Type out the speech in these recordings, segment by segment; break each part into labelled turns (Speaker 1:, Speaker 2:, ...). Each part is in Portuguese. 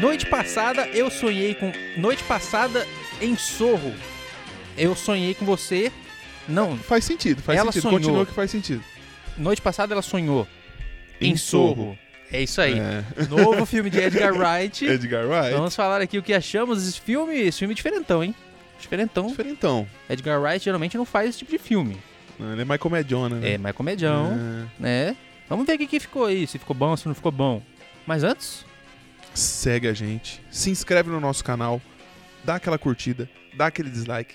Speaker 1: Noite passada eu sonhei com. Noite passada em Sorro. Eu sonhei com você. Não,
Speaker 2: Faz sentido, faz
Speaker 1: Ela
Speaker 2: sentido.
Speaker 1: sonhou.
Speaker 2: Continua que faz sentido.
Speaker 1: noite passada ela sonhou. Em,
Speaker 2: Em
Speaker 1: Sorro. É isso aí.
Speaker 2: É.
Speaker 1: Novo filme Então. de Edgar Wright.
Speaker 2: Edgar Wright.
Speaker 1: Vamos falar aqui o que achamos desse filme. Esse filme é diferentão, hein? Diferentão.
Speaker 2: Diferentão.
Speaker 1: Edgar Wright geralmente não faz esse tipo de filme.
Speaker 2: né? Ele é mais comediona, né?
Speaker 1: É, mais comedião, né? Vamos ver o que, que ficou aí, se ficou bom, se não ficou bom. Mas antes,
Speaker 2: É. Segue a gente. Se inscreve no nosso canal. Dá aquela curtida. Dá aquele dislike.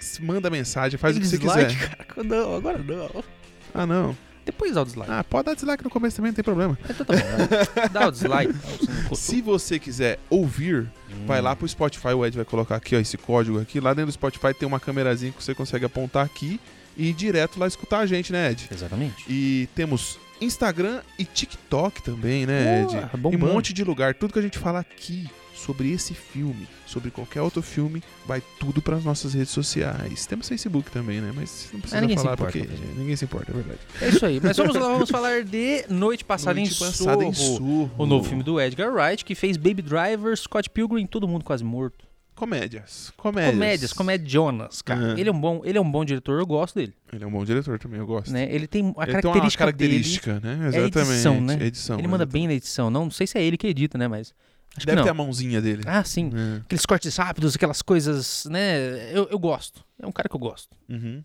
Speaker 2: s- Manda mensagem. Faz o que você
Speaker 1: dislike,
Speaker 2: quiser.
Speaker 1: Cara, não, agora não.
Speaker 2: Ah, não.
Speaker 1: Depois dá o dislike.
Speaker 2: Ah, pode dar dislike no começo também, não tem problema.
Speaker 1: Então tá bom, né? Dá o dislike. tá, você não curtiu.
Speaker 2: Se você quiser ouvir, vai
Speaker 1: Hum.
Speaker 2: lá pro Spotify. O Ed vai colocar aqui, ó, esse código aqui. Lá dentro do Spotify tem uma câmerazinha que você consegue apontar aqui e ir direto lá escutar a gente, né, Ed?
Speaker 1: Exatamente.
Speaker 2: E temos Instagram e TikTok também, né, Ed?
Speaker 1: Boa,
Speaker 2: E um
Speaker 1: tá bombando.
Speaker 2: monte de lugar. Tudo que a gente fala aqui sobre esse filme, sobre qualquer outro filme, vai tudo para as nossas redes sociais. Temos Facebook também, né? Mas não precisa
Speaker 1: É, ninguém se
Speaker 2: falar
Speaker 1: importa
Speaker 2: porque
Speaker 1: com isso.
Speaker 2: ninguém se importa, é verdade.
Speaker 1: É isso aí. Mas vamos lá, vamos falar de Noite Passada,
Speaker 2: Noite
Speaker 1: em,
Speaker 2: passada
Speaker 1: Sorro,
Speaker 2: em Sorro.
Speaker 1: O novo filme do Edgar Wright, que fez Baby Driver, Scott Pilgrim, todo mundo quase morto.
Speaker 2: Comédias. Comédias.
Speaker 1: Comédias, comedionas, cara.
Speaker 2: Uhum.
Speaker 1: Ele, é um bom, ele é um bom diretor, eu gosto dele.
Speaker 2: Ele é um bom diretor também, eu gosto.
Speaker 1: Né? Ele tem a
Speaker 2: Ele tem uma
Speaker 1: característica, dele.
Speaker 2: característica, né?
Speaker 1: é a
Speaker 2: Exatamente.
Speaker 1: edição, né?
Speaker 2: Edição,
Speaker 1: Ele manda
Speaker 2: exatamente.
Speaker 1: bem na edição. Não, não sei se é ele que edita, né? Mas. Acho
Speaker 2: Deve
Speaker 1: que
Speaker 2: ter
Speaker 1: não.
Speaker 2: a mãozinha dele.
Speaker 1: Ah, sim.
Speaker 2: É.
Speaker 1: Aqueles cortes rápidos, aquelas coisas, né? Eu, eu gosto. É um cara que eu gosto.
Speaker 2: Uhum.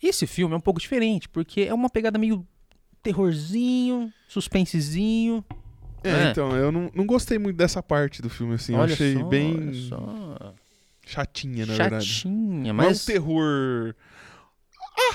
Speaker 1: E esse filme é um pouco diferente, porque é uma pegada meio terrorzinho, suspensezinho.
Speaker 2: É,
Speaker 1: É.
Speaker 2: então, eu não, não gostei muito dessa parte do filme, assim.
Speaker 1: olha
Speaker 2: eu achei
Speaker 1: só,
Speaker 2: bem
Speaker 1: olha só.
Speaker 2: chatinha, na verdade.
Speaker 1: Chatinha,
Speaker 2: Não é um
Speaker 1: mas.
Speaker 2: terror.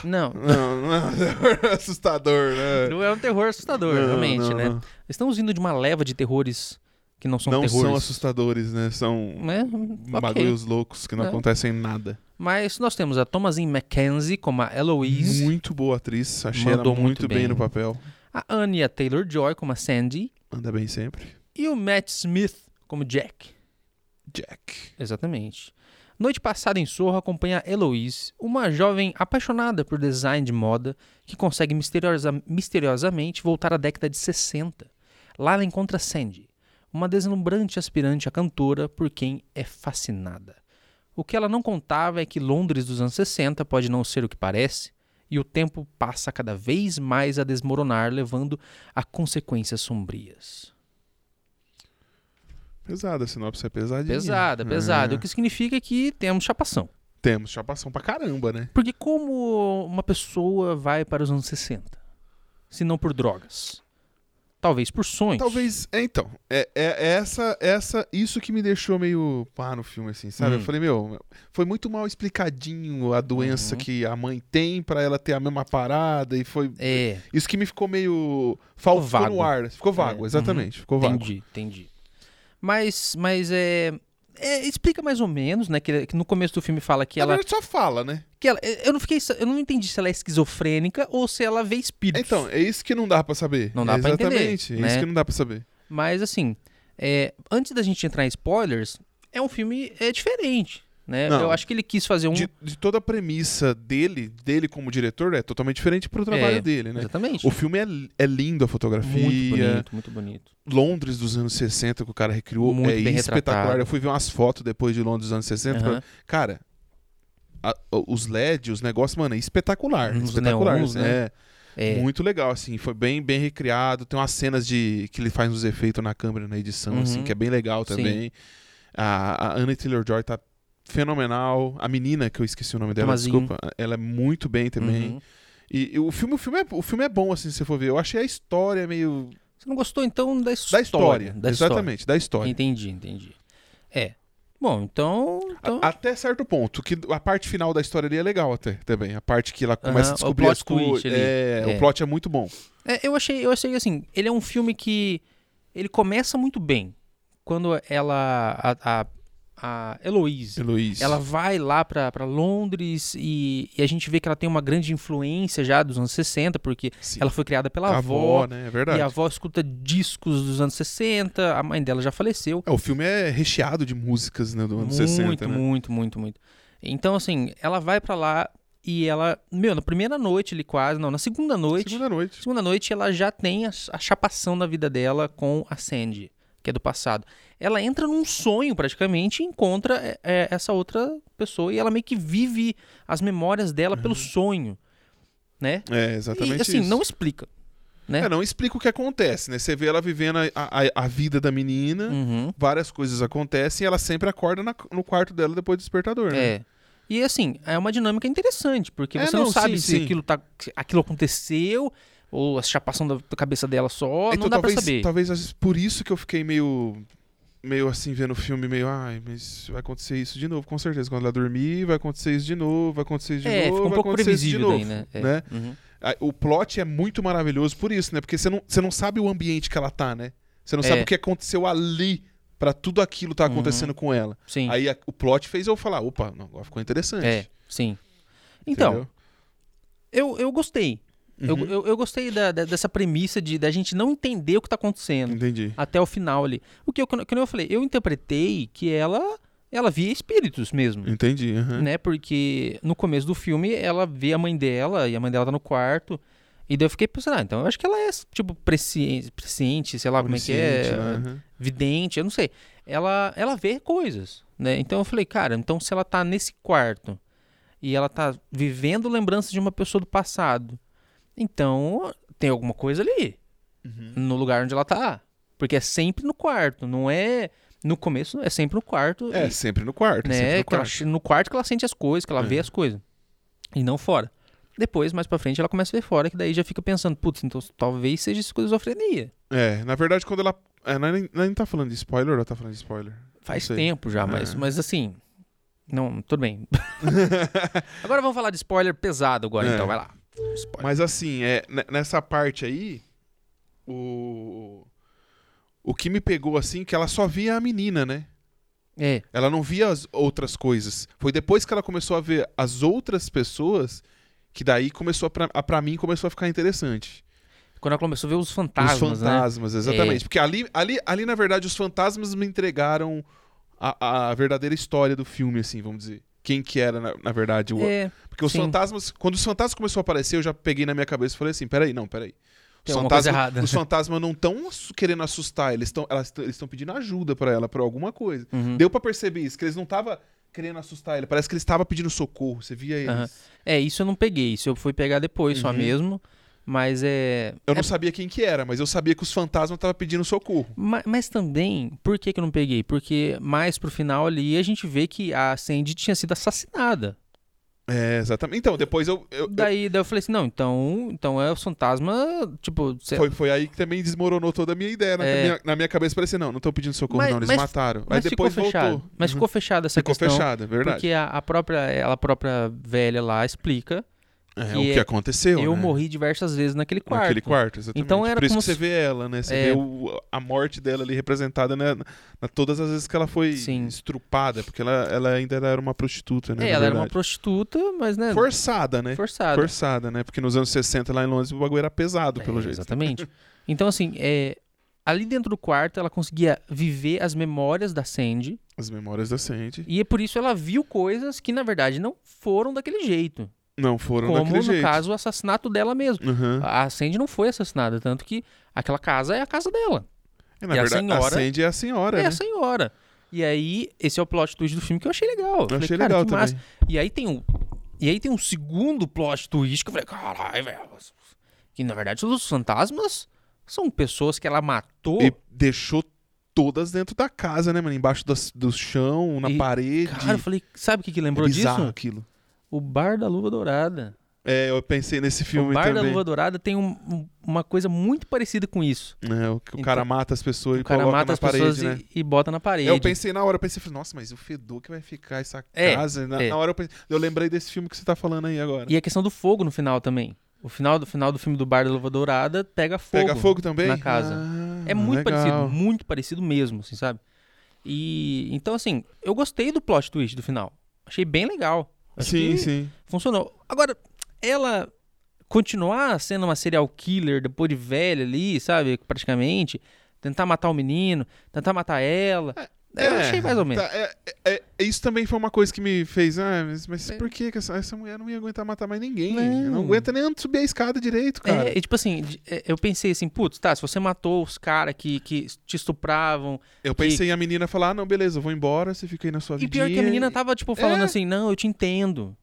Speaker 1: Não,
Speaker 2: Não, não é um terror assustador, né?
Speaker 1: não é um terror assustador,
Speaker 2: Não,
Speaker 1: realmente,
Speaker 2: não,
Speaker 1: né?
Speaker 2: Não,
Speaker 1: Estamos indo de uma leva de terrores que não são
Speaker 2: Não
Speaker 1: terrores.
Speaker 2: são assustadores, né? São
Speaker 1: né? Ok.
Speaker 2: bagulhos loucos que não
Speaker 1: É.
Speaker 2: acontecem nada.
Speaker 1: Mas nós temos a Thomasin McKenzie como a Eloise,
Speaker 2: Muito boa atriz, achei
Speaker 1: Mandou
Speaker 2: ela
Speaker 1: muito
Speaker 2: muito bem.
Speaker 1: bem.
Speaker 2: no papel.
Speaker 1: a Anya Taylor-Joy como a Sandy
Speaker 2: Anda bem sempre.
Speaker 1: e o Matt Smith como Jack.
Speaker 2: Jack.
Speaker 1: Exatamente. Noite passada em Sorro acompanha a Eloise, uma jovem apaixonada por design de moda que consegue misteriosa- misteriosamente voltar à década de 60. Lá ela encontra Sandy, uma deslumbrante aspirante a cantora por quem é fascinada. O que ela não contava é que Londres dos anos 60 pode não ser o que parece, e o tempo passa cada vez mais a desmoronar, levando a consequências sombrias.
Speaker 2: Pesada, a sinopse é pesadinha.
Speaker 1: Pesada, pesada.
Speaker 2: É.
Speaker 1: O que significa que temos chapação.
Speaker 2: Temos chapação pra caramba, né?
Speaker 1: Porque como uma pessoa vai para os anos 60? Se não por drogas? Talvez por sonhos.
Speaker 2: Talvez, é, então, é, é essa, essa, isso que me deixou meio pá no filme, assim, sabe?
Speaker 1: Hum.
Speaker 2: Eu falei, meu, foi muito mal explicadinho a doença
Speaker 1: Uhum.
Speaker 2: que a mãe tem pra ela ter a mesma parada e foi...
Speaker 1: É,
Speaker 2: Isso que me ficou meio... Fal...
Speaker 1: Ficou
Speaker 2: Ficou,
Speaker 1: vago.
Speaker 2: no ar, ficou vago,
Speaker 1: É,
Speaker 2: exatamente, ficou vago.
Speaker 1: entendi, entendi. Mas, mas é, é, Explica mais ou menos, né? Que, que no começo do filme fala que
Speaker 2: Na
Speaker 1: ela,
Speaker 2: verdade, só fala, né?
Speaker 1: que ela. é, Eu não fiquei. Eu não entendi se ela é esquizofrênica ou se ela vê espíritos.
Speaker 2: Então, é isso que não dá pra saber.
Speaker 1: Não dá pra entender,
Speaker 2: Exatamente, é
Speaker 1: né?
Speaker 2: isso que não dá pra saber.
Speaker 1: Mas assim, é, antes da gente entrar em spoilers, é um filme é, diferente. Né?
Speaker 2: Não.
Speaker 1: Eu acho que ele quis fazer um.
Speaker 2: De, de toda a premissa dele, dele como diretor, é totalmente diferente pro trabalho
Speaker 1: É,
Speaker 2: dele, né?
Speaker 1: Exatamente.
Speaker 2: O filme é, é lindo, a fotografia...
Speaker 1: Muito bonito, muito bonito.
Speaker 2: Londres dos anos 60 que o cara recriou
Speaker 1: Muito
Speaker 2: é
Speaker 1: bem
Speaker 2: espetacular.
Speaker 1: retratado.
Speaker 2: Eu fui ver umas fotos depois de Londres dos anos 60.
Speaker 1: Aham.
Speaker 2: Cara, a- os LEDs, os negócios, mano, é espetacular.
Speaker 1: Uns
Speaker 2: espetacular.
Speaker 1: neons, né?
Speaker 2: né?
Speaker 1: É.
Speaker 2: Muito legal, assim. Foi bem, bem recriado. Tem umas cenas de que ele faz uns efeitos na câmera, na edição,
Speaker 1: Uhum.
Speaker 2: assim, que é bem legal
Speaker 1: Sim.
Speaker 2: também. A, a Anna Taylor-Joy tá fenomenal. A menina, que eu esqueci o nome dela,
Speaker 1: Tomazinho.
Speaker 2: desculpa. Ela é muito bem também.
Speaker 1: Uhum.
Speaker 2: E, e o, filme, o, filme é, o filme é bom, assim, se você for ver. Eu achei a história meio...
Speaker 1: Você não gostou então da
Speaker 2: Da
Speaker 1: história?
Speaker 2: história.
Speaker 1: da
Speaker 2: exatamente, da história.
Speaker 1: história. Entendi, entendi. É. Bom, então. então
Speaker 2: A- Até certo ponto, que a parte final da história ali é legal até também. A parte que ela começa
Speaker 1: Aham,
Speaker 2: a
Speaker 1: o
Speaker 2: descobrir
Speaker 1: plot
Speaker 2: as coisas.
Speaker 1: twist ali.
Speaker 2: É,
Speaker 1: É.
Speaker 2: o plot é muito bom.
Speaker 1: é, eu achei, eu achei assim, ele é um filme que ele começa muito bem quando ela a, a, a Heloise,
Speaker 2: Luiz.
Speaker 1: ela vai lá pra pra Londres e, e a gente vê que ela tem uma grande influência já dos anos 60, porque ela foi criada pela
Speaker 2: a
Speaker 1: avó,
Speaker 2: avó, né? É verdade.
Speaker 1: e a avó escuta discos dos anos 60, a mãe dela já faleceu.
Speaker 2: É, o filme é recheado de músicas né, do ano
Speaker 1: muito,
Speaker 2: 60, né?
Speaker 1: muito, muito, muito. Então, assim, ela vai pra lá e ela. Meu, na primeira noite ele quase. Não, na segunda noite. Segunda,
Speaker 2: Segunda noite.
Speaker 1: noite ela já tem a, a chapação da vida dela com a Sandy, que é do passado. Ela entra num sonho praticamente e encontra é, é, essa outra pessoa e ela meio que vive as memórias dela pelo sonho, né?
Speaker 2: É,
Speaker 1: E
Speaker 2: Uhum. exatamente
Speaker 1: assim,
Speaker 2: isso.
Speaker 1: não explica. né?
Speaker 2: É, não explica o que acontece, né? Você vê ela vivendo a, a, a vida da menina,
Speaker 1: Uhum.
Speaker 2: várias coisas acontecem e ela sempre acorda na- no quarto dela depois do despertador, né?
Speaker 1: É. E assim, é uma dinâmica interessante, porque
Speaker 2: É,
Speaker 1: você não,
Speaker 2: não,
Speaker 1: sabe
Speaker 2: sim,
Speaker 1: se
Speaker 2: sim.
Speaker 1: Aquilo, tá, se aquilo aconteceu ou a chapação da, da cabeça dela só, não dá
Speaker 2: Então, talvez,
Speaker 1: pra saber.
Speaker 2: talvez às vezes, por isso que eu fiquei meio meio assim vendo o filme meio ai, mas vai acontecer isso de novo, com certeza quando ela dormir, vai acontecer isso de novo, vai acontecer isso de
Speaker 1: é,
Speaker 2: novo,
Speaker 1: fica um
Speaker 2: vai
Speaker 1: pouco
Speaker 2: acontecer isso de
Speaker 1: previsível daí,
Speaker 2: novo,
Speaker 1: né? É.
Speaker 2: né?
Speaker 1: Uhum.
Speaker 2: A- O plot é muito maravilhoso por isso, né? Porque você não, você não sabe o ambiente que ela tá, né? Você não
Speaker 1: É. Uhum.
Speaker 2: sabe o que aconteceu ali pra tudo aquilo tá acontecendo com ela.
Speaker 1: Sim.
Speaker 2: Aí a- o plot fez eu falar, opa, não, agora ficou interessante.
Speaker 1: É, sim. Então,
Speaker 2: entendeu?
Speaker 1: eu, eu gostei. Eu,
Speaker 2: Uhum.
Speaker 1: eu, eu gostei da, da- dessa premissa de da gente não entender o que tá acontecendo
Speaker 2: entendi.
Speaker 1: até o final ali. O que eu, que nem eu falei, eu interpretei que ela ela via espíritos mesmo.
Speaker 2: Entendi. aham.
Speaker 1: né? Porque no começo do filme ela vê a mãe dela e a mãe dela tá no quarto. E daí eu fiquei pensando, ah, então eu acho que ela é, tipo, presciente, presciente sei lá como é que é,
Speaker 2: Onisciente, né? Aham.
Speaker 1: vidente, eu não sei. Ela, ela vê coisas, né? Então eu falei, cara, então se ela tá nesse quarto e ela tá vivendo lembranças de uma pessoa do passado, então tem alguma coisa ali
Speaker 2: Uhum.
Speaker 1: no lugar onde ela tá. Porque é sempre no quarto, não é... No começo é sempre no quarto.
Speaker 2: É,
Speaker 1: e-
Speaker 2: sempre no quarto. é sempre
Speaker 1: né?
Speaker 2: no
Speaker 1: que ela
Speaker 2: quarto.
Speaker 1: che- no quarto que ela sente as coisas, que ela
Speaker 2: É.
Speaker 1: vê as coisas. E não fora. Depois, mais pra frente, ela começa a ver fora, que daí já fica pensando, putz, então talvez seja esquizofrenia.
Speaker 2: É, na verdade, quando ela. É, nós nem, nós nem tá falando de spoiler ou ela tá falando de spoiler?
Speaker 1: Faz
Speaker 2: sei.
Speaker 1: tempo já, mas,
Speaker 2: É.
Speaker 1: mas assim. Não, tudo bem. agora vamos falar de spoiler pesado agora,
Speaker 2: É.
Speaker 1: então, vai lá. Spoiler.
Speaker 2: Mas assim, é, ne- nessa parte aí, o. O que me pegou assim, que ela só via a menina, né?
Speaker 1: É,
Speaker 2: Ela não via as outras coisas. Foi depois que ela começou a ver as outras pessoas que daí começou a pra, a, pra mim começou a ficar interessante.
Speaker 1: quando ela começou a ver os fantasmas,
Speaker 2: os
Speaker 1: né?
Speaker 2: fantasmas, exatamente. Porque ali, ali, ali, na verdade, os fantasmas me entregaram a, a verdadeira história do filme, assim, vamos dizer. Quem que era, na, na verdade, o,
Speaker 1: É,
Speaker 2: Porque os
Speaker 1: Sim.
Speaker 2: fantasmas, quando os fantasmas começou a aparecer, eu já peguei na minha cabeça e falei assim: peraí, não, peraí. Os
Speaker 1: Tem alguma coisa
Speaker 2: fantasmas-
Speaker 1: errada.
Speaker 2: Os fantasmas não estão querendo assustar, eles estão elas tão- eles estão pedindo ajuda pra ela, por alguma coisa.
Speaker 1: uhum.
Speaker 2: Deu pra perceber isso, que eles não estavam querendo assustar ele, parece que eles estavam pedindo socorro, você via eles.
Speaker 1: Aham. é, isso eu não peguei, isso eu fui pegar depois só
Speaker 2: Uhum.
Speaker 1: mesmo. Mas é.
Speaker 2: Eu não sabia quem que era, mas eu sabia que os fantasmas estavam pedindo socorro.
Speaker 1: Ma- Mas, também, por que, que eu não peguei? Porque mais pro final ali a gente vê que a Sandy tinha sido assassinada.
Speaker 2: É, exatamente. Então, depois eu. eu- eu-
Speaker 1: daí, daí eu falei assim: não, então, então é o fantasma, tipo. sei-
Speaker 2: foi, foi aí que também desmoronou toda a minha ideia. Na,
Speaker 1: É.
Speaker 2: minha, na minha cabeça parecia, não, não estão pedindo socorro,
Speaker 1: Mas-
Speaker 2: não, eles
Speaker 1: mas-
Speaker 2: mataram. aí
Speaker 1: mas
Speaker 2: depois
Speaker 1: ficou
Speaker 2: voltou. Uhum.
Speaker 1: fechado. Mas ficou fechada essa
Speaker 2: ficou
Speaker 1: questão.
Speaker 2: fechado, é verdade.
Speaker 1: Porque a, a própria, ela a própria velha lá explica:
Speaker 2: É,
Speaker 1: que
Speaker 2: o que
Speaker 1: é-
Speaker 2: aconteceu.
Speaker 1: eu,
Speaker 2: né?
Speaker 1: morri diversas vezes naquele quarto.
Speaker 2: Naquele quarto, exatamente.
Speaker 1: Então era
Speaker 2: Por isso
Speaker 1: como
Speaker 2: que você
Speaker 1: se-
Speaker 2: vê ela, né? Você
Speaker 1: É.
Speaker 2: vê o- a morte dela ali representada né? na, na- todas as vezes que ela foi
Speaker 1: Sim.
Speaker 2: estrupada, porque ela, ela ainda era uma prostituta, né?
Speaker 1: É,
Speaker 2: na
Speaker 1: ela era uma
Speaker 2: verdade.
Speaker 1: prostituta, mas né.
Speaker 2: Forçada, né?
Speaker 1: Forçada.
Speaker 2: Forçada, né? Porque nos anos 60 lá em Londres o bagulho era pesado, pelo
Speaker 1: É,
Speaker 2: jeito.
Speaker 1: Exatamente. Então, assim, é, ali dentro do quarto ela conseguia viver as memórias da Sandy.
Speaker 2: As memórias da Sandy
Speaker 1: E é por isso ela viu coisas que, na verdade, não foram daquele jeito.
Speaker 2: não foram
Speaker 1: como,
Speaker 2: daquele
Speaker 1: no
Speaker 2: jeito.
Speaker 1: caso, o assassinato dela mesmo.
Speaker 2: Uhum.
Speaker 1: A Sandy não foi assassinada, tanto que aquela casa é a casa dela.
Speaker 2: É, na
Speaker 1: e a
Speaker 2: verdade, a,
Speaker 1: senhora-
Speaker 2: Sandy é a senhora,
Speaker 1: É,
Speaker 2: né?
Speaker 1: a senhora. E aí, esse é o plot twist do filme que eu achei legal.
Speaker 2: Eu achei
Speaker 1: cara,
Speaker 2: legal
Speaker 1: que
Speaker 2: também.
Speaker 1: massa. E aí tem um. E aí tem um segundo plot twist que eu falei, caralho, velho. Que na verdade os fantasmas são pessoas que ela matou.
Speaker 2: E deixou todas dentro da casa, né, mano? Embaixo das- do chão, na
Speaker 1: E,
Speaker 2: parede.
Speaker 1: Cara, eu falei, sabe o que, que
Speaker 2: é
Speaker 1: lembrou
Speaker 2: bizarro
Speaker 1: disso?
Speaker 2: aquilo.
Speaker 1: O Bar da Luva Dourada.
Speaker 2: É, eu pensei nesse filme
Speaker 1: o Bar
Speaker 2: também.
Speaker 1: da Luva Dourada tem um- um- uma coisa muito parecida com isso.
Speaker 2: É, o que o
Speaker 1: Então,
Speaker 2: cara mata as pessoas
Speaker 1: o
Speaker 2: e
Speaker 1: cara
Speaker 2: coloca
Speaker 1: mata
Speaker 2: na
Speaker 1: as
Speaker 2: parede,
Speaker 1: pessoas e-
Speaker 2: né?
Speaker 1: e, bota na parede.
Speaker 2: Eu pensei na hora, eu pensei, falei, nossa, mas o fedor que vai ficar essa
Speaker 1: É,
Speaker 2: casa. né?" Na,
Speaker 1: é.
Speaker 2: na hora eu pensei, eu lembrei desse filme que você tá falando aí agora.
Speaker 1: E é a questão do fogo no final também. O final do final do filme do Bar da Luva Dourada pega fogo.
Speaker 2: Pega fogo também?
Speaker 1: na casa.
Speaker 2: Ah,
Speaker 1: É muito
Speaker 2: legal.
Speaker 1: parecido, muito parecido mesmo, assim, sabe? E então assim, eu gostei do plot twist do final. Achei bem legal. Acho
Speaker 2: Sim,
Speaker 1: que
Speaker 2: sim.
Speaker 1: Funcionou. Agora, ela continuar sendo uma serial killer depois de velha ali, sabe? Praticamente. Tentar matar o menino, tentar matar ela. Eu achei mais ou menos.
Speaker 2: tá, é- é- é- isso também foi uma coisa que me fez. Ah, mas, mas por que, que essa, essa mulher não ia aguentar matar mais ninguém?
Speaker 1: É. Não.
Speaker 2: Não, aguenta nem subir a escada direito, cara.
Speaker 1: É, e tipo assim, de- é, eu pensei assim, putz, tá, se você matou os caras que, que te estupravam.
Speaker 2: eu pensei a menina falar: ah, não, beleza, eu vou embora, você fica aí na sua
Speaker 1: E
Speaker 2: vida.
Speaker 1: pior que a menina tava, tipo, falando
Speaker 2: É.
Speaker 1: assim, não, eu te entendo.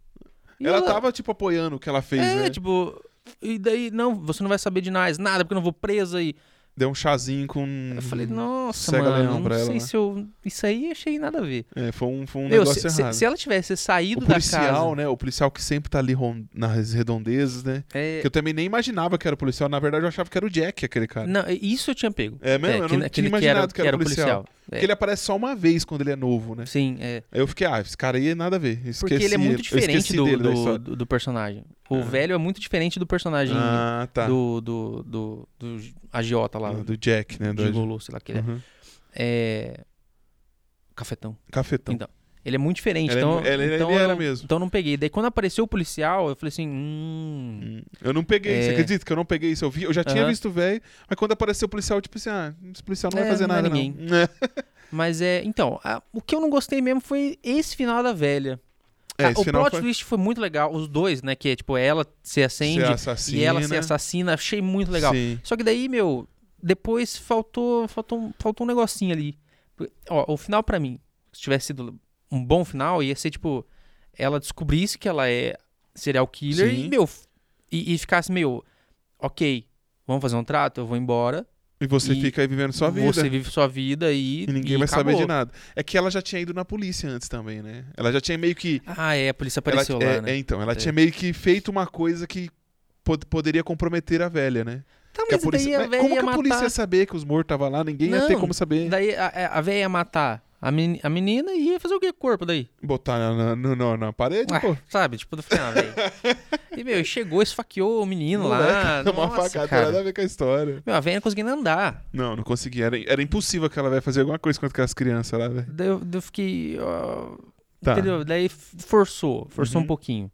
Speaker 1: E
Speaker 2: Ela tava, tipo, apoiando o que ela fez,
Speaker 1: É,
Speaker 2: né?
Speaker 1: tipo. E daí, não, você não vai saber de nada, nada, porque eu não vou presa e.
Speaker 2: Deu um chazinho com.
Speaker 1: Eu falei, nossa,
Speaker 2: Uhum. Cega
Speaker 1: mano,
Speaker 2: leão
Speaker 1: não
Speaker 2: pra ela,
Speaker 1: sei
Speaker 2: né?
Speaker 1: se eu. Isso aí achei nada a ver.
Speaker 2: É, foi um, foi um
Speaker 1: Meu,
Speaker 2: negócio
Speaker 1: se, se-
Speaker 2: errado.
Speaker 1: se ela tivesse
Speaker 2: o
Speaker 1: saído é da
Speaker 2: policial,
Speaker 1: casa.
Speaker 2: né? O policial que sempre tá ali ron- nas redondezas, né?
Speaker 1: É,
Speaker 2: Que eu também nem imaginava que era o policial. Na verdade, eu achava que era o Jack, aquele cara.
Speaker 1: não, isso eu tinha pego.
Speaker 2: É mesmo? Eu não tinha imaginado que era policial.
Speaker 1: É.
Speaker 2: Porque ele aparece só uma vez quando ele é novo, né?
Speaker 1: Sim, é.
Speaker 2: Aí eu fiquei, ah, esse cara aí é nada a ver. Esqueci,
Speaker 1: Porque ele é muito
Speaker 2: eu
Speaker 1: diferente
Speaker 2: esqueci
Speaker 1: do,
Speaker 2: dele da
Speaker 1: do,
Speaker 2: história.
Speaker 1: do, do personagem. O
Speaker 2: Ah.
Speaker 1: velho é muito diferente do personagem
Speaker 2: Ah, tá. Do,
Speaker 1: do, do, do, do agiota lá, do,
Speaker 2: do Jack, né? Do
Speaker 1: gigolô, sei lá o que ele é.
Speaker 2: Uhum.
Speaker 1: é. Cafetão.
Speaker 2: Cafetão.
Speaker 1: Então, Ele é muito diferente.
Speaker 2: Ele é
Speaker 1: então,
Speaker 2: mu- ele- ele
Speaker 1: então
Speaker 2: era
Speaker 1: eu,
Speaker 2: mesmo.
Speaker 1: Então eu não peguei. Daí quando apareceu o policial, eu falei assim, hum...
Speaker 2: Hum. Eu não peguei,
Speaker 1: É.
Speaker 2: você acredita que eu não peguei isso? Eu, vi, eu já tinha
Speaker 1: Aham.
Speaker 2: visto o velho, mas quando apareceu o policial, eu tipo assim, ah, esse policial não
Speaker 1: É,
Speaker 2: vai fazer
Speaker 1: não é
Speaker 2: nada,
Speaker 1: ninguém.
Speaker 2: não. É,
Speaker 1: Mas é. Então, a- o que eu não gostei mesmo foi esse final da velha. Ah,
Speaker 2: É, esse
Speaker 1: o
Speaker 2: final
Speaker 1: plot
Speaker 2: foi
Speaker 1: twist foi muito legal. Os dois, né? Que é tipo, ela se acende
Speaker 2: ser assassina.
Speaker 1: e ela se assassina. Achei muito legal.
Speaker 2: Sim.
Speaker 1: Só que daí, meu, depois faltou, faltou, um- faltou um negocinho ali. Ó, o final pra mim, se tivesse sido um bom final, ia ser tipo, ela descobrisse que ela é serial killer e,
Speaker 2: Sim.
Speaker 1: meu, e, e ficasse meio, ok, vamos fazer um trato, eu vou embora,
Speaker 2: E você
Speaker 1: E
Speaker 2: fica aí vivendo sua vida.
Speaker 1: você vive sua vida e.
Speaker 2: E ninguém
Speaker 1: e
Speaker 2: vai saber de
Speaker 1: acabou.
Speaker 2: nada. É que ela já tinha ido na polícia antes também, né? Ela já tinha meio que.
Speaker 1: Ah, é, a polícia apareceu
Speaker 2: ela,
Speaker 1: lá,
Speaker 2: é,
Speaker 1: né?
Speaker 2: é, então, ela tinha meio que feito uma coisa que pod- poderia comprometer a velha, né?
Speaker 1: Tá,
Speaker 2: Que a
Speaker 1: mas
Speaker 2: polícia-
Speaker 1: daí a
Speaker 2: mas
Speaker 1: velha
Speaker 2: como
Speaker 1: ia
Speaker 2: que a
Speaker 1: matar.
Speaker 2: polícia ia saber que os mortos estavam lá? Ninguém ia ter
Speaker 1: Não,
Speaker 2: como saber.
Speaker 1: Daí a, é, a- a velha ia matar a, meni- a menina e ia fazer o que com o corpo daí?
Speaker 2: Botar na, na, no- na- na parede,
Speaker 1: Ah,
Speaker 2: pô.
Speaker 1: sabe? Tipo, eu falei, ah, velho. E, meu, chegou, esfaqueou o menino lá.
Speaker 2: Moleque, é uma
Speaker 1: Nossa,
Speaker 2: facada, né?
Speaker 1: cara.
Speaker 2: nada a ver com a história.
Speaker 1: Meu, a velha conseguindo andar.
Speaker 2: Não, não consegui. Era, era impossível que ela vai fazer alguma coisa contra aquelas crianças lá, velho.
Speaker 1: Daí eu, daí eu fiquei. ó,
Speaker 2: Tá.
Speaker 1: Entendeu? Daí f- forçou, forçou
Speaker 2: Uhum.
Speaker 1: um pouquinho.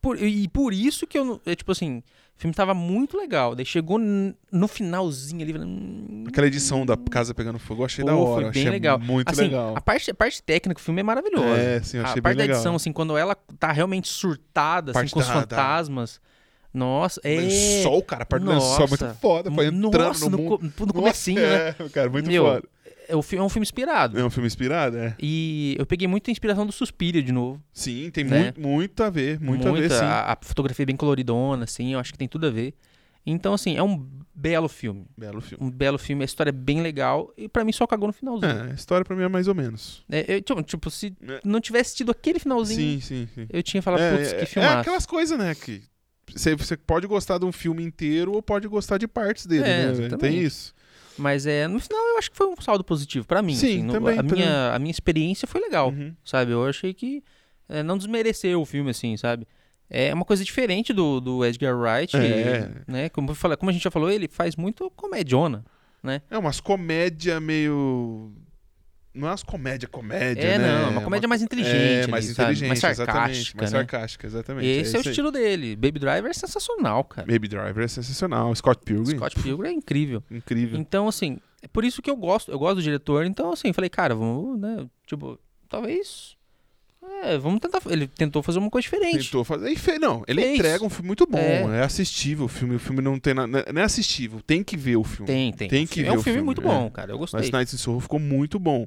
Speaker 1: Por- e por isso que eu, não- é, tipo assim, o filme tava muito legal. Daí chegou n- no finalzinho ali. falei, hum,
Speaker 2: Aquela edição da casa pegando fogo, eu achei
Speaker 1: Pô,
Speaker 2: da hora.
Speaker 1: foi bem
Speaker 2: achei
Speaker 1: legal.
Speaker 2: é muito
Speaker 1: assim,
Speaker 2: legal.
Speaker 1: A parte, a parte técnica do filme é maravilhosa.
Speaker 2: É, sim, eu
Speaker 1: a
Speaker 2: achei bem
Speaker 1: parte da
Speaker 2: legal.
Speaker 1: edição, assim, quando ela tá realmente surtada, assim,
Speaker 2: Parte
Speaker 1: com os
Speaker 2: da- da-
Speaker 1: fantasmas. Nossa, é.
Speaker 2: Lençol, cara, a parte do lençol é muito
Speaker 1: Nossa.
Speaker 2: foda. Foi entrando
Speaker 1: Nossa,
Speaker 2: no
Speaker 1: no,
Speaker 2: mundo.
Speaker 1: co- no, comecinho, né?
Speaker 2: É, cara, muito
Speaker 1: Meu,
Speaker 2: foda.
Speaker 1: É, o fi- é um filme inspirado.
Speaker 2: É um filme inspirado, é.
Speaker 1: E eu peguei muita inspiração do Suspiria de novo.
Speaker 2: Sim, tem
Speaker 1: Né?
Speaker 2: muito, muito a ver, muito a ver, sim.
Speaker 1: a, a fotografia é bem coloridona, assim, eu acho que tem tudo a ver. Então, assim, é um belo filme.
Speaker 2: Belo filme.
Speaker 1: Um belo filme, a história é bem legal e pra mim só cagou no finalzinho.
Speaker 2: É, a história pra mim é mais ou menos.
Speaker 1: É, eu, tipo, tipo, se
Speaker 2: É.
Speaker 1: não tivesse tido aquele finalzinho,
Speaker 2: Sim, sim, sim.
Speaker 1: eu tinha falado,
Speaker 2: é,
Speaker 1: putz,
Speaker 2: é-
Speaker 1: que
Speaker 2: É
Speaker 1: filmaço.
Speaker 2: aquelas coisas, né, que você, você pode gostar de um filme inteiro ou pode gostar de partes dele,
Speaker 1: É,
Speaker 2: né, velho? Tem
Speaker 1: exatamente.
Speaker 2: isso.
Speaker 1: Mas é, no final eu acho que foi um saldo positivo pra mim.
Speaker 2: Sim,
Speaker 1: assim, no-
Speaker 2: também,
Speaker 1: a,
Speaker 2: também.
Speaker 1: Minha, a minha experiência foi legal,
Speaker 2: Uhum.
Speaker 1: sabe? Eu achei que é, não desmereceu o filme, assim, sabe? É uma coisa diferente do, do Edgar Wright,
Speaker 2: É.
Speaker 1: né? Como, eu falei- como a gente já falou, ele faz muito comediona.
Speaker 2: É umas comédia meio... Não é umas comédia, comédia,
Speaker 1: é,
Speaker 2: né?
Speaker 1: não, é uma comédia mais inteligente,
Speaker 2: É,
Speaker 1: ali,
Speaker 2: mais
Speaker 1: sabe?
Speaker 2: inteligente,
Speaker 1: mais
Speaker 2: exatamente.
Speaker 1: sarcástica,
Speaker 2: Mais
Speaker 1: né?
Speaker 2: sarcástica, exatamente.
Speaker 1: Esse é, o
Speaker 2: isso aí.
Speaker 1: estilo dele. Baby Driver é sensacional, cara.
Speaker 2: Baby Driver é sensacional. Scott Pilgrim,
Speaker 1: Scott Pilgrim é incrível.
Speaker 2: incrível.
Speaker 1: Então, assim, é por isso que eu gosto, eu gosto do diretor. Então, assim, falei, cara, vamos, né? Tipo, talvez. É, vamos tentar. Ele tentou fazer uma coisa diferente.
Speaker 2: Tentou fazer. E fez, não, ele
Speaker 1: Fez.
Speaker 2: entrega um filme muito bom.
Speaker 1: É.
Speaker 2: É. assistível o filme. O filme não tem nada. Não é assistível, tem que ver o filme.
Speaker 1: Tem, tem.
Speaker 2: Tem que
Speaker 1: é
Speaker 2: ver
Speaker 1: um
Speaker 2: o
Speaker 1: filme
Speaker 2: filme,
Speaker 1: muito
Speaker 2: é.
Speaker 1: bom, cara. Eu gostei.
Speaker 2: Mas Nights in Soho ficou muito bom.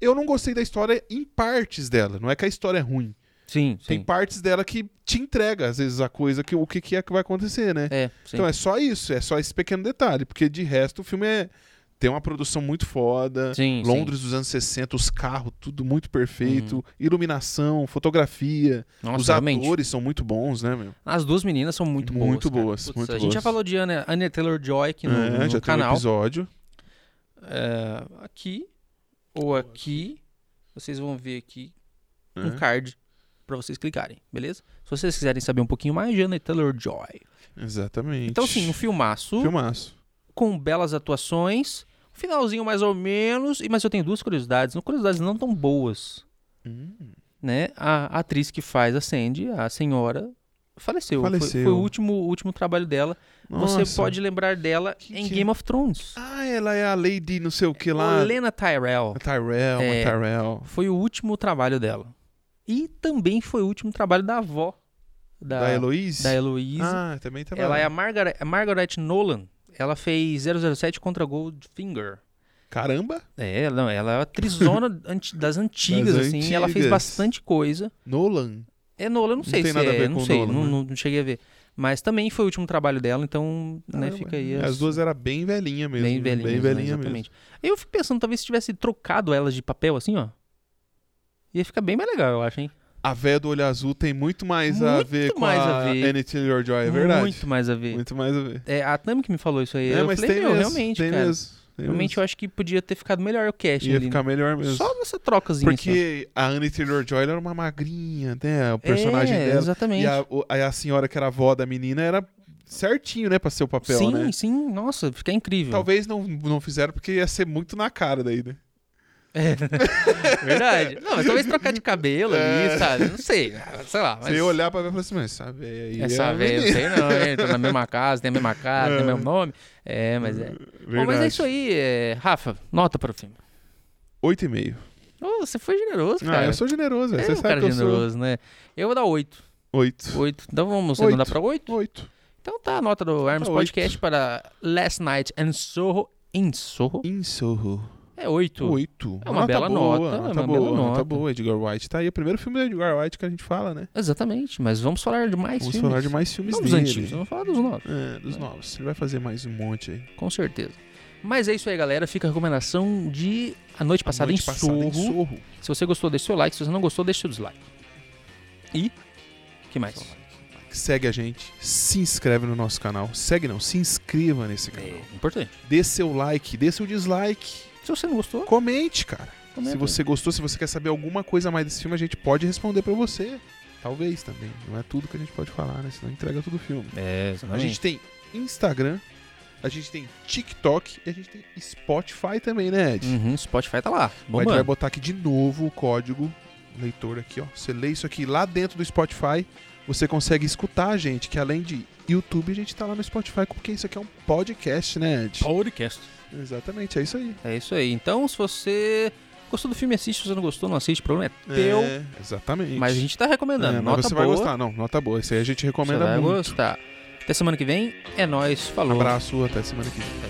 Speaker 2: Eu não gostei da história em partes dela. Não é que a história é ruim.
Speaker 1: Sim, sim.
Speaker 2: Tem partes dela que te entrega, às vezes, a coisa que o que, que é que vai acontecer, né?
Speaker 1: É, sim.
Speaker 2: Então é só isso, é só esse pequeno detalhe, porque de resto o filme é. Tem uma produção muito foda.
Speaker 1: Sim,
Speaker 2: é,
Speaker 1: Uhum.
Speaker 2: Londres dos anos 60, os carros, tudo muito perfeito. Iluminação, fotografia.
Speaker 1: Nossa,
Speaker 2: os
Speaker 1: realmente.
Speaker 2: atores são muito bons, né, meu?
Speaker 1: As duas meninas são muito boas.
Speaker 2: Muito
Speaker 1: cara.
Speaker 2: boas, muito
Speaker 1: A gente já
Speaker 2: boas.
Speaker 1: falou de Anne, Taylor Joy aqui no,
Speaker 2: É,
Speaker 1: no
Speaker 2: já tem um
Speaker 1: canal.
Speaker 2: episódio.
Speaker 1: É, aqui ou aqui. Vocês vão ver aqui um
Speaker 2: É.
Speaker 1: card pra vocês clicarem, beleza? Se vocês quiserem saber um pouquinho mais de Anne Taylor Joy.
Speaker 2: Exatamente.
Speaker 1: Então, sim, um filmaço.
Speaker 2: filmaço.
Speaker 1: com belas atuações. um Finalzinho mais ou menos. e- Mas eu tenho duas curiosidades. Não, curiosidades não tão boas.
Speaker 2: Hum.
Speaker 1: Né? A atriz que faz a Sandy, a senhora, faleceu. Foi- Foi,
Speaker 2: Faleceu.
Speaker 1: o último, o último trabalho dela. Você
Speaker 2: Nossa.
Speaker 1: pode lembrar dela
Speaker 2: Que
Speaker 1: em
Speaker 2: que-
Speaker 1: Game of Thrones.
Speaker 2: Ah, ela é a Lady não sei o que lá.
Speaker 1: Lena Tyrell.
Speaker 2: A Tyrell, uma
Speaker 1: É.
Speaker 2: Tyrell.
Speaker 1: Foi o último trabalho dela. E também foi o último trabalho da avó da,
Speaker 2: da Heloise?
Speaker 1: da Heloise.
Speaker 2: Ah, também tá
Speaker 1: ela é a Margaret, a Margaret Nolan. Ela fez 007 contra Goldfinger.
Speaker 2: Caramba!
Speaker 1: É, ela- não, ela é a trizona anti- das antigas,
Speaker 2: Das
Speaker 1: assim. e Ela fez
Speaker 2: antigas.
Speaker 1: bastante coisa.
Speaker 2: Nolan.
Speaker 1: É Nolan, eu não sei se
Speaker 2: tem nada a
Speaker 1: é,
Speaker 2: ver
Speaker 1: não
Speaker 2: com o
Speaker 1: sei,
Speaker 2: Nolan,
Speaker 1: não,
Speaker 2: né?
Speaker 1: não- não cheguei a ver. Mas também foi o último trabalho dela, então, né,
Speaker 2: Caramba.
Speaker 1: fica aí
Speaker 2: Ah, É, As duas eram bem velhinha mesmo.
Speaker 1: bem velhinhas,
Speaker 2: Bem
Speaker 1: né,
Speaker 2: velhinha mesmo.
Speaker 1: exatamente. Eu fico pensando, talvez se tivesse trocado elas de papel assim, ó. Ia ficar bem mais legal, eu acho, hein?
Speaker 2: A véia do olho azul tem muito mais a
Speaker 1: Muito
Speaker 2: ver com
Speaker 1: mais
Speaker 2: a,
Speaker 1: a ver.
Speaker 2: Annie Taylor-Joy, é verdade.
Speaker 1: Muito mais a ver.
Speaker 2: Muito mais a ver.
Speaker 1: É, a Tami que me falou isso aí.
Speaker 2: é,
Speaker 1: eu
Speaker 2: mas
Speaker 1: falei,
Speaker 2: tem
Speaker 1: meu,
Speaker 2: mesmo,
Speaker 1: realmente,
Speaker 2: tem
Speaker 1: cara.
Speaker 2: mesmo. tem
Speaker 1: realmente eu acho que podia ter ficado melhor o
Speaker 2: mesmo.
Speaker 1: casting
Speaker 2: Ia
Speaker 1: ali. né?
Speaker 2: ficar melhor mesmo.
Speaker 1: Só nessa trocazinha. assim, só.
Speaker 2: Porque a Annie Taylor-Joy ela era uma magrinha, né? O personagem
Speaker 1: é,
Speaker 2: dela.
Speaker 1: Exatamente.
Speaker 2: E a, o- aí a senhora que era avó da menina era certinho, né, pra ser o papel,
Speaker 1: sim,
Speaker 2: né?
Speaker 1: sim, nossa, fica incrível.
Speaker 2: Talvez não, não fizeram porque ia ser muito na cara daí, né?
Speaker 1: É. Verdade. Não, mas talvez trocar de cabelo ali, sabe? Não sei. Sei lá.
Speaker 2: Você
Speaker 1: Mas...
Speaker 2: ia É. olhar pra ver e falar assim, mas essa véia aí.
Speaker 1: Essa
Speaker 2: é
Speaker 1: velha, eu sei não, hein? Tá na mesma casa, tem a mesma casa, tem o mesmo nome. É, mas é. Bom, mas é isso aí, é... Rafa, nota para o filme.
Speaker 2: 8,5.
Speaker 1: Ô, você foi generoso,
Speaker 2: Ah,
Speaker 1: cara.
Speaker 2: eu sou generoso, velho.
Speaker 1: É
Speaker 2: Você
Speaker 1: um
Speaker 2: sabe
Speaker 1: cara
Speaker 2: que eu
Speaker 1: generoso, né? Eu vou dar 8.
Speaker 2: sou. 8.
Speaker 1: 8. Então vamos arredondar
Speaker 2: Oito.
Speaker 1: pra 8?
Speaker 2: 8.
Speaker 1: Então tá a nota do Arms
Speaker 2: Tá,
Speaker 1: Podcast para Last Night and Sorro em Sorro.
Speaker 2: Insorro.
Speaker 1: É 8.
Speaker 2: 8.
Speaker 1: É uma bela nota, é
Speaker 2: Tá
Speaker 1: uma
Speaker 2: boa,
Speaker 1: bela
Speaker 2: tá
Speaker 1: nota.
Speaker 2: boa. Edgar White tá aí. O primeiro filme do Edgar White que a gente fala, né?
Speaker 1: Exatamente, mas vamos falar de mais
Speaker 2: Vamos
Speaker 1: filmes.
Speaker 2: falar de mais filmes
Speaker 1: Não dos
Speaker 2: dele.
Speaker 1: antigos, vamos falar dos novos,
Speaker 2: É, dos novos. Ele vai fazer mais um monte aí.
Speaker 1: com certeza. Mas é isso aí, galera. Fica a recomendação de A Noite Passada,
Speaker 2: Noite
Speaker 1: em,
Speaker 2: passada
Speaker 1: sorro.
Speaker 2: em Sorro.
Speaker 1: Se você gostou, deixa o seu like. Se você não gostou, deixa o dislike. E... que mais?
Speaker 2: Segue a gente, se inscreve no nosso canal. Segue não, se inscreva nesse canal.
Speaker 1: É importante.
Speaker 2: Dê seu like, dê seu dislike.
Speaker 1: Se você não gostou,
Speaker 2: Comente, cara.
Speaker 1: comenta.
Speaker 2: Se
Speaker 1: aí.
Speaker 2: você gostou, se você quer saber alguma coisa a mais desse filme, a gente pode responder pra você. Talvez também. Não é tudo que a gente pode falar, né? Senão entrega todo o filme.
Speaker 1: É,
Speaker 2: A gente tem Instagram, a gente tem TikTok e a gente tem Spotify também, né, Ed?
Speaker 1: Uhum, Spotify tá lá.
Speaker 2: a gente vai
Speaker 1: Bombando.
Speaker 2: botar aqui de novo o código leitor aqui, ó. Você lê isso aqui lá dentro do Spotify, você consegue escutar a gente, que além de YouTube, a gente tá lá no Spotify, porque isso aqui é um podcast, né, Ed?
Speaker 1: Podcast.
Speaker 2: Exatamente, é isso aí.
Speaker 1: É isso aí. Então, se você gostou do filme, assiste. Se você não gostou, não assiste. O problema é teu.
Speaker 2: É, exatamente.
Speaker 1: Mas a gente tá recomendando.
Speaker 2: É, mas
Speaker 1: Nota
Speaker 2: você
Speaker 1: boa.
Speaker 2: vai gostar, não, nota boa. Isso aí a gente
Speaker 1: Você
Speaker 2: recomenda
Speaker 1: vai
Speaker 2: muito.
Speaker 1: gostar. Até semana que vem. É nóis. Falou.
Speaker 2: Abraço, até semana que vem.
Speaker 1: É